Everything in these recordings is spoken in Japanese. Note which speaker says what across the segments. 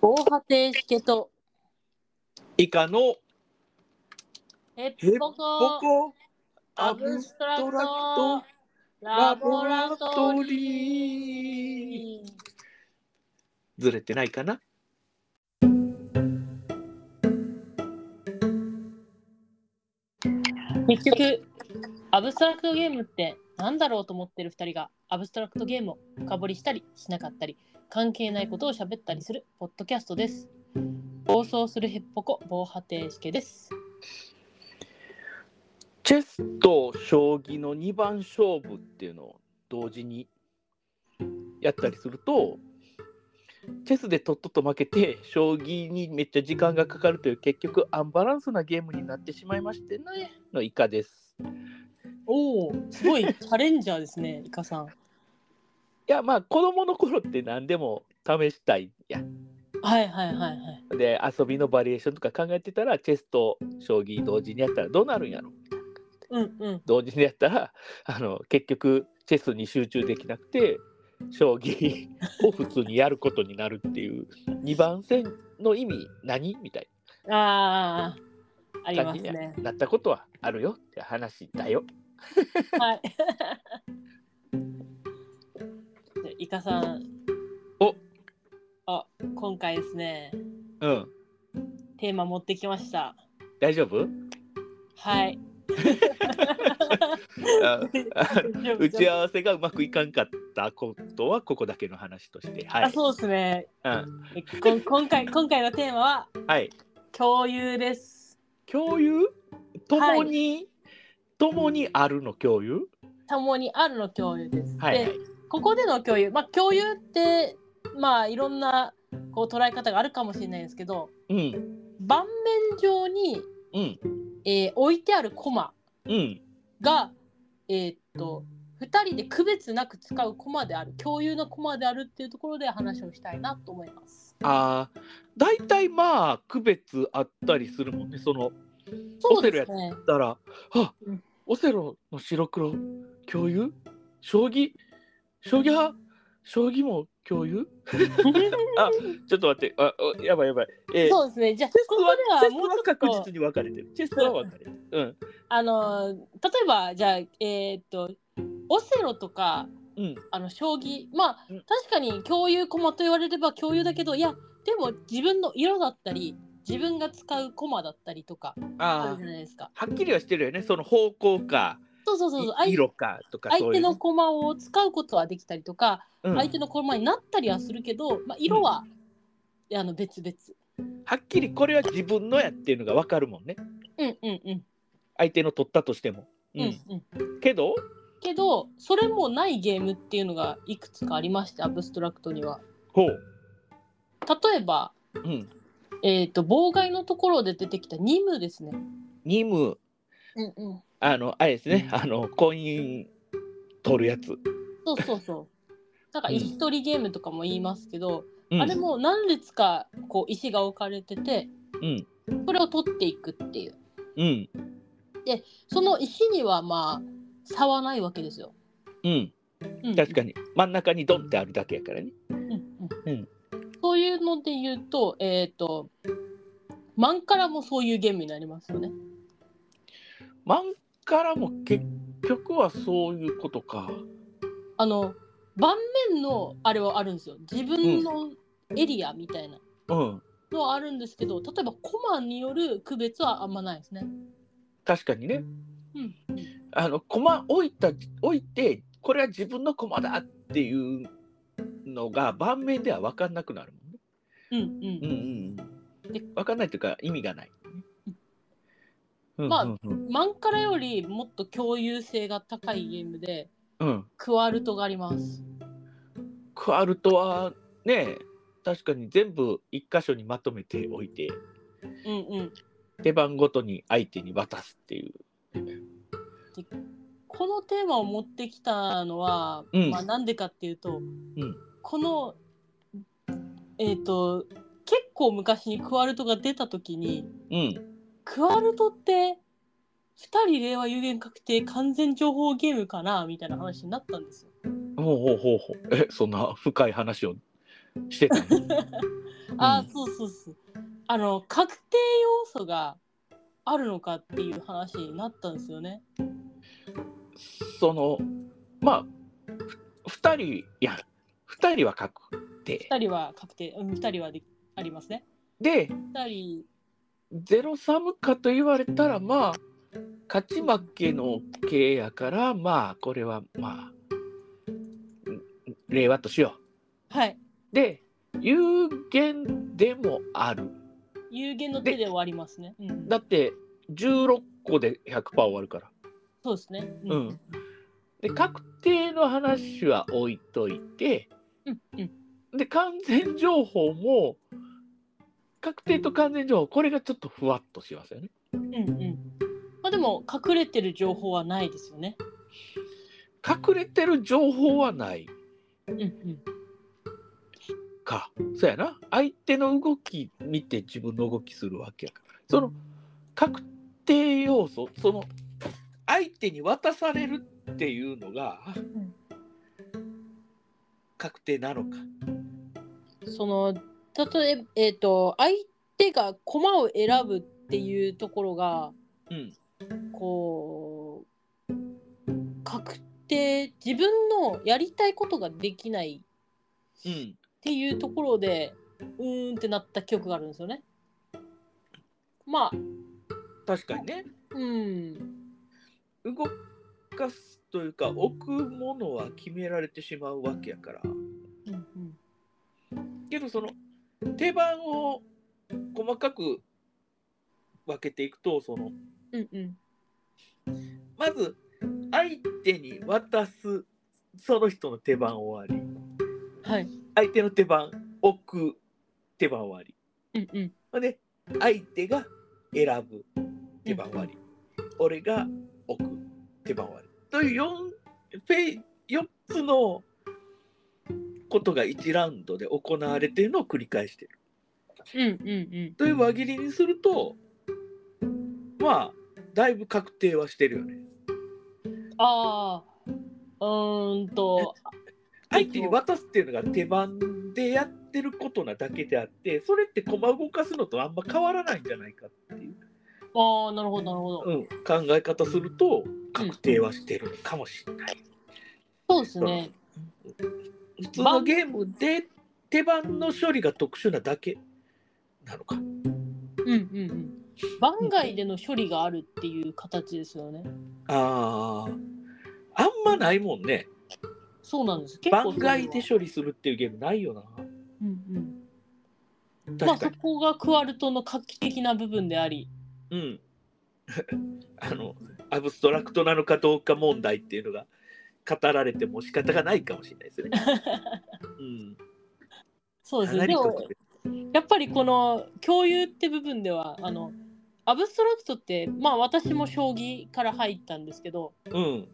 Speaker 1: 防波堤しけと、
Speaker 2: 以下の
Speaker 1: ヘ
Speaker 2: ヘ
Speaker 1: ッ
Speaker 2: ッ
Speaker 1: ポコ
Speaker 2: こ、こ
Speaker 1: ア
Speaker 2: ア
Speaker 1: ブ
Speaker 2: ブ
Speaker 1: ス
Speaker 2: ス
Speaker 1: トラク
Speaker 2: トラク
Speaker 1: ト
Speaker 2: ト、
Speaker 1: ラ
Speaker 2: ラ
Speaker 1: ボ
Speaker 2: ボ
Speaker 1: ラト
Speaker 2: ラ
Speaker 1: リー。
Speaker 2: トリーずれてないかな
Speaker 1: 結局、アブストラクトゲームって何だろうと思ってる2人が、アブストラクトゲームを深掘りしたりしなかったり、関係ないことを喋ったりするポッドキャストです。暴走するヘッポコ、防波堤しけです。
Speaker 2: チェスと将棋の2番勝負っていうのを同時にやったりするとチェスでとっとと負けて将棋にめっちゃ時間がかかるという結局アンバランスなゲームになってしまいましてねの以下です。
Speaker 1: おお、すごいチャレンジャーですね、イカさん。
Speaker 2: いやまあ子どもの頃って何でも試したいやん
Speaker 1: はいはいはいはい。
Speaker 2: で遊びのバリエーションとか考えてたらチェスと将棋同時にやったらどうなるんやろ
Speaker 1: うんうん。
Speaker 2: 同時にやったら あの結局チェスに集中できなくて将棋を普通にやることになるっていう2番線の意味何みたい
Speaker 1: ああ、あり
Speaker 2: な
Speaker 1: ま
Speaker 2: 感
Speaker 1: す
Speaker 2: じに
Speaker 1: ね。
Speaker 2: なったことはあるよって話だよ。
Speaker 1: はい。 じゃあイカさん。
Speaker 2: お
Speaker 1: あ、今回ですね、
Speaker 2: うん
Speaker 1: テーマ持ってきました。
Speaker 2: 大丈夫
Speaker 1: はい。
Speaker 2: あ打ち合わせ がうまくいかんかったことはここだけの話としては
Speaker 1: あ、
Speaker 2: い、
Speaker 1: そうですね。
Speaker 2: うん
Speaker 1: えこん今回今回のテーマは
Speaker 2: はい、
Speaker 1: 共有です。
Speaker 2: 共有共に、共にあるの共有
Speaker 1: 共にあるの共有です。
Speaker 2: はいはい
Speaker 1: で、ここでの共有、まあ共有ってまあいろんなこう捉え方があるかもしれないですけど、
Speaker 2: うん
Speaker 1: 盤面上に、
Speaker 2: うん
Speaker 1: えー置いてあるコマ
Speaker 2: うん
Speaker 1: が、えーっと2人で区別なく使うコマである共有のコマであるっていうところで話をしたいなと思います。
Speaker 2: あー大体まあ区別あったりするもんねその
Speaker 1: そうですね。
Speaker 2: だからあ、
Speaker 1: うん
Speaker 2: オセロの白黒共有将棋将棋派将棋も共有ちょっと待ってあおやばいやばい、えー
Speaker 1: そうですね。じゃあ
Speaker 2: チェス
Speaker 1: ここ
Speaker 2: はチ
Speaker 1: で
Speaker 2: ェ
Speaker 1: は
Speaker 2: ス
Speaker 1: もう
Speaker 2: は
Speaker 1: ちょっ
Speaker 2: 確
Speaker 1: と
Speaker 2: 実に分かれてるチェスは分かれてるうん
Speaker 1: あのー例えばじゃあえーっとオセロとか
Speaker 2: うん
Speaker 1: あの将棋まあ
Speaker 2: うん
Speaker 1: 確かに共有駒と言われれば共有だけどいやでも自分の色だったり自分が使う駒だったりとかあ
Speaker 2: あ
Speaker 1: るじ
Speaker 2: ー
Speaker 1: ゃないですか。
Speaker 2: はっきりはしてるよねその方向か
Speaker 1: そうそうそうそう
Speaker 2: い
Speaker 1: 相
Speaker 2: 色かとかそ
Speaker 1: 相
Speaker 2: うい
Speaker 1: 手
Speaker 2: う
Speaker 1: の駒を使うことはできたりとか、
Speaker 2: うん
Speaker 1: 相手の駒になったりはするけど、まあ、色は、あの別々。
Speaker 2: はっきりこれは自分のやっていうのが分かるもんね
Speaker 1: うんうんうん
Speaker 2: 相手の取ったとしても。
Speaker 1: うんうん。
Speaker 2: けど
Speaker 1: けどそれもないゲームっていうのがいくつかありましてアブストラクトには。
Speaker 2: ほう、
Speaker 1: 例えば、
Speaker 2: うん、
Speaker 1: えー、と妨害のところで出てきた任務ですね。
Speaker 2: 任務
Speaker 1: うんうん、
Speaker 2: あのあれですねあの婚姻取るやつ、
Speaker 1: そうそうそう。なんか
Speaker 2: うん
Speaker 1: 石取りゲームとかも言いますけど、
Speaker 2: うん、
Speaker 1: あれも何列かこう石が置かれてて
Speaker 2: うん
Speaker 1: それを取っていくっていう
Speaker 2: うん
Speaker 1: その石にはまあ差はないわけですよ。
Speaker 2: うん
Speaker 1: うん
Speaker 2: 確かに真ん中にドンってあるだけやからね
Speaker 1: うんう
Speaker 2: うんん
Speaker 1: そういうので言うと、えっ、と、マンカラもそういうゲームになりますよね。
Speaker 2: マンカラも結局はそういうことか
Speaker 1: あの、盤面のあれはあるんですよ。自分のエリアみたいな
Speaker 2: うん
Speaker 1: のはあるんですけど、例えばコマによる区別はあんまないですね。
Speaker 2: 確かにね
Speaker 1: うん。
Speaker 2: あの駒置いた置いてこれは自分の駒だっていうのが盤面では分かんなくなるもんね
Speaker 1: うんう
Speaker 2: う
Speaker 1: んん。
Speaker 2: うんう
Speaker 1: で
Speaker 2: ん分かんないというか意味がない、うん
Speaker 1: まあ
Speaker 2: うんうん
Speaker 1: マンカラよりもっと共有性が高いゲームで、
Speaker 2: うん
Speaker 1: クワルトがあります。
Speaker 2: クアルトはね確かに全部一箇所にまとめておいて
Speaker 1: うんうん。
Speaker 2: 手番ごとに相手に渡すっていう
Speaker 1: このテーマを持ってきたのは、
Speaker 2: うん
Speaker 1: まあなんでかっていうと、
Speaker 2: ん
Speaker 1: このえっ、と結構昔にクワルトが出た時に
Speaker 2: うん
Speaker 1: クワルトって2人令和有限確定完全情報ゲームかなみたいな話になったんですよ。
Speaker 2: ほうほうほうほうえそんな深い話をしてたの
Speaker 1: ああーそうそうそうあの確定要素があるのかっていう話になったんですよね
Speaker 2: そのまあふ2人いや2人は確定
Speaker 1: 2人は確定うん2人はでありますね
Speaker 2: で
Speaker 1: 2人
Speaker 2: ゼロサムかと言われたらまあ勝ち負けの系やからまあこれはまあん令和としよ
Speaker 1: はいう
Speaker 2: で有限でもある
Speaker 1: 有限の手で終わりますね、うん、
Speaker 2: だって16個で100%終わるから
Speaker 1: そうですねう
Speaker 2: うんで確定の話は置いといて
Speaker 1: うんうん
Speaker 2: で完全情報も確定と完全情報これがちょっとふわっとしますよね
Speaker 1: うんうんまあでも隠れてる情報はないですよね
Speaker 2: 隠れてる情報はない
Speaker 1: うんうん
Speaker 2: かそうやな相手の動き見て自分の動きするわけやからその確定要素その相手に渡されるっていうのが
Speaker 1: ん
Speaker 2: 確定なのか
Speaker 1: その例えばえっ、と相手が駒を選ぶっていうところが
Speaker 2: うん
Speaker 1: こう確定自分のやりたいことができないっ
Speaker 2: うん
Speaker 1: ていうところでうーんってなった記憶があるんですよね。まあ
Speaker 2: 確かにね
Speaker 1: うん
Speaker 2: 動かすというか置くものは決められてしまうわけやから
Speaker 1: うんうん
Speaker 2: けどその手番を細かく分けていくとその
Speaker 1: うんうん
Speaker 2: まず相手に渡すその人の手番終わり
Speaker 1: はい
Speaker 2: 相手の手番置く手番終わり
Speaker 1: うんうん
Speaker 2: ほんで相手が選ぶ手番終わり俺が置く手番終わりという4ペイ4つのことが1ラウンドで行われているのを繰り返している。
Speaker 1: うんうんうん
Speaker 2: という輪切りにするとまあだいぶ確定はしてるよね。
Speaker 1: ああうーんと
Speaker 2: 相手に渡すっていうのが手番でやってることなだけであってそれって駒動かすのとあんま変わらないんじゃないかっていう、
Speaker 1: ああなるほどなるほど、
Speaker 2: うん、考え方すると確定はしてるのかもしれない、
Speaker 1: そうですね
Speaker 2: 普通のゲームで手番の処理が特殊なだけなのか
Speaker 1: うんうんうん番外での処理があるっていう形ですよね
Speaker 2: あーあんまないもんね
Speaker 1: そうなんです結
Speaker 2: 番外で
Speaker 1: ょ、
Speaker 2: 処理するっていうゲームないよな
Speaker 1: うんうん、まあ
Speaker 2: 確か
Speaker 1: そ
Speaker 2: に、
Speaker 1: こがクワルトの画期的な部分であり、
Speaker 2: うん あのアブストラクトなのかどうか問題っていうのが語られても仕方がないかもしれない ですねうん
Speaker 1: そうです
Speaker 2: かな
Speaker 1: ね。
Speaker 2: り
Speaker 1: で
Speaker 2: 特
Speaker 1: も
Speaker 2: 別
Speaker 1: やっぱりこの共有って部分ではあのアブストラクトってまあ私も将棋から入ったんですけど、
Speaker 2: うん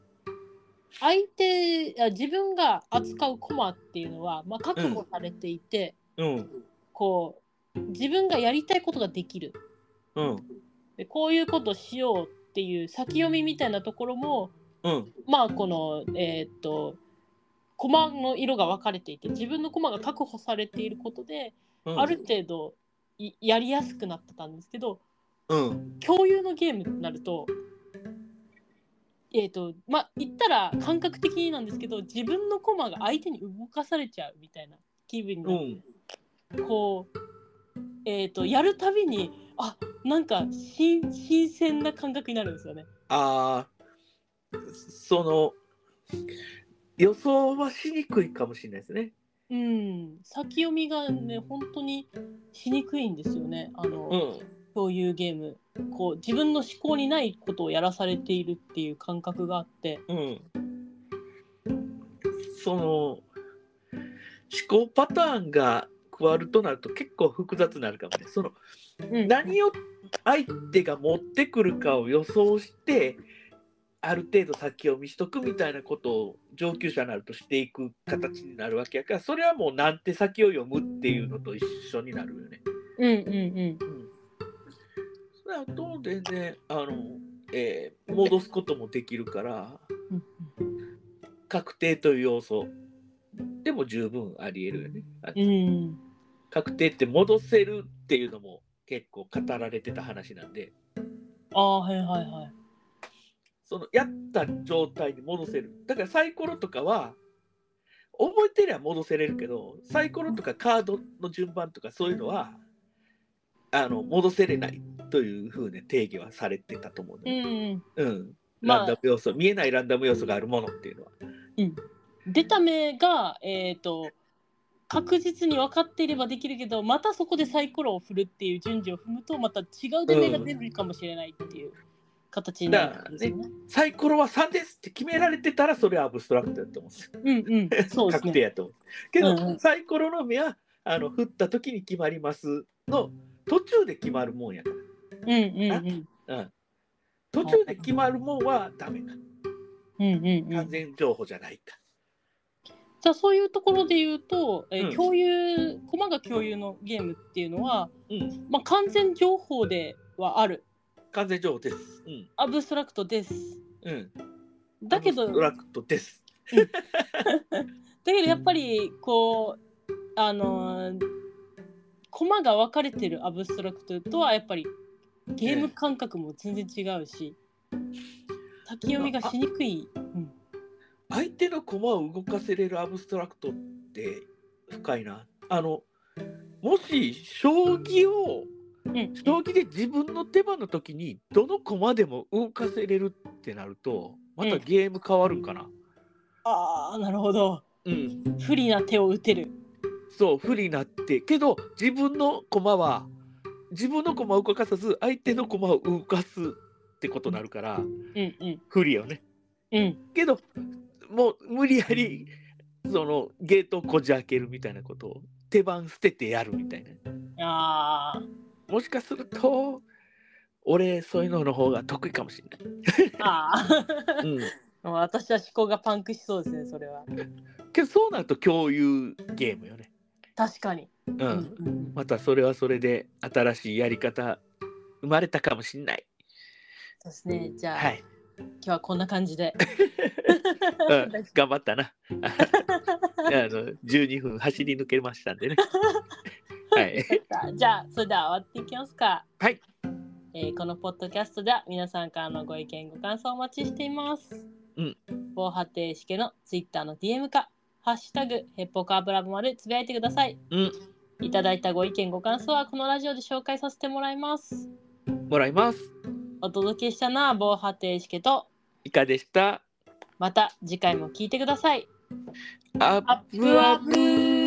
Speaker 1: 相手あ自分が扱う駒っていうのはまあ覚悟されていて、
Speaker 2: うん
Speaker 1: こう自分がやりたいことができる。
Speaker 2: うん
Speaker 1: でこういうことしようっていう先読みみたいなところも
Speaker 2: うん
Speaker 1: まあこのえーっと駒の色が分かれていて自分の駒が確保されていることで、
Speaker 2: うん
Speaker 1: ある程度いやりやすくなってたんですけど
Speaker 2: うん
Speaker 1: 共有のゲームになるとえーっとまあ言ったら感覚的になんですけど自分の駒が相手に動かされちゃうみたいな気分に
Speaker 2: う
Speaker 1: なって
Speaker 2: ん
Speaker 1: こう、えー、とやるたびにあなんか新新鮮な感覚になるんですよね。
Speaker 2: あーその予想はしにくいかもしれないですね
Speaker 1: うん、先読みがね本当にしにくいんですよねあの、
Speaker 2: うん
Speaker 1: 共有ゲームこう自分の思考にないことをやらされているっていう感覚があって
Speaker 2: うんその思考パターンが加わるとなると結構複雑になるかもねその何を相手が持ってくるかを予想してある程度先を見しとくみたいなことを上級者になるとしていく形になるわけやからそれはもう何手先を読むっていうのと一緒になるよね。
Speaker 1: うんうんうん
Speaker 2: それはどう全然あの、えー戻すこともできるから
Speaker 1: うん
Speaker 2: 確定という要素でも十分ありえるよね。あ
Speaker 1: うん、うん、
Speaker 2: 確定って戻せるっていうのも結構語られてた話なんで
Speaker 1: ああはいはいはい
Speaker 2: そのやった状態に戻せるだからサイコロとかは覚えてりゃ戻せれるけどサイコロとかカードの順番とかそういうのはあの戻せれないというふうね定義はされてたと思う、
Speaker 1: う
Speaker 2: ね
Speaker 1: んうん
Speaker 2: うん、ラ
Speaker 1: ま
Speaker 2: ン
Speaker 1: あ
Speaker 2: ダム要素、見えないランダム要素があるものっていうのは
Speaker 1: 出た目がえっ、と確実に分かっていればできるけどまたそこでサイコロを振るっていう順序を踏むとまた違う出目が出るかもしれないっていう形になるんですよね。
Speaker 2: サイコロは3ですって決められてたらそれはアブストラクトだと思うんですよ
Speaker 1: うんうん そうです
Speaker 2: 確定
Speaker 1: ね。
Speaker 2: やと思うけど、
Speaker 1: うんうん
Speaker 2: サイコロの目はあの振った時に決まりますの途中で決まるもんやか
Speaker 1: うんうん
Speaker 2: ら、うん、途中で決まるもんはダメか
Speaker 1: うんうんうんう
Speaker 2: 完
Speaker 1: ん。
Speaker 2: 全情報じゃないか、
Speaker 1: じゃあそういうところで言うと、えー
Speaker 2: うん
Speaker 1: 共有駒が共有のゲームっていうのは、
Speaker 2: うん、
Speaker 1: まあ、完全情報ではある
Speaker 2: 完全情報です、うん
Speaker 1: アブストラクトです。
Speaker 2: うん、
Speaker 1: だけど
Speaker 2: アブストラクトです
Speaker 1: だけどやっぱりこうあのー、駒が分かれてるアブストラクトとはやっぱりゲーム感覚も全然違うし、先読みがしにくい、うん、
Speaker 2: 相手の駒を動かせれるアブストラクトって深いなあのもし将棋を
Speaker 1: うん
Speaker 2: 将棋で自分の手番の時にどの駒でも動かせれるってなるとまたゲーム変わるんかな
Speaker 1: あーなるほど
Speaker 2: うん、
Speaker 1: 不利な手を打てる
Speaker 2: そう不利になってけど自分の駒は自分の駒を動かさず相手の駒を動かすってことになるから
Speaker 1: うんうん
Speaker 2: 不利よね
Speaker 1: うん
Speaker 2: けどもう無理やりそのゲートをこじ開けるみたいなことを手番捨ててやるみたいな
Speaker 1: あー
Speaker 2: もしかすると俺そういうのの方が得意かもしれ
Speaker 1: あ ー
Speaker 2: ない、
Speaker 1: 私は思考がパンクしそうですねそれは
Speaker 2: うん、けどそうなると共有ゲームよね、
Speaker 1: 確かに、
Speaker 2: うん
Speaker 1: うんうん、
Speaker 2: またそれはそれで新しいやり方生まれたかもしれない
Speaker 1: そうですねじゃあ、
Speaker 2: はい、
Speaker 1: 今日はこんな感じで
Speaker 2: うん、頑張った なあの12分走り抜けましたん でねはい
Speaker 1: じゃあそれでは終わっていきますか
Speaker 2: はい、
Speaker 1: えーこのポッドキャストでは皆さんからのご意見ご感想をお待ちしています
Speaker 2: うん
Speaker 1: 防波堤式のツイッターの DM かハッシュタグヘッポコアブラブまでつぶやいてください
Speaker 2: うん
Speaker 1: いただいたご意見ご感想はこのラジオで紹介させてもらいます
Speaker 2: もらいます
Speaker 1: お届けしたな防波堤式と
Speaker 2: いかでした
Speaker 1: また次回も聞いてください
Speaker 2: アップアップ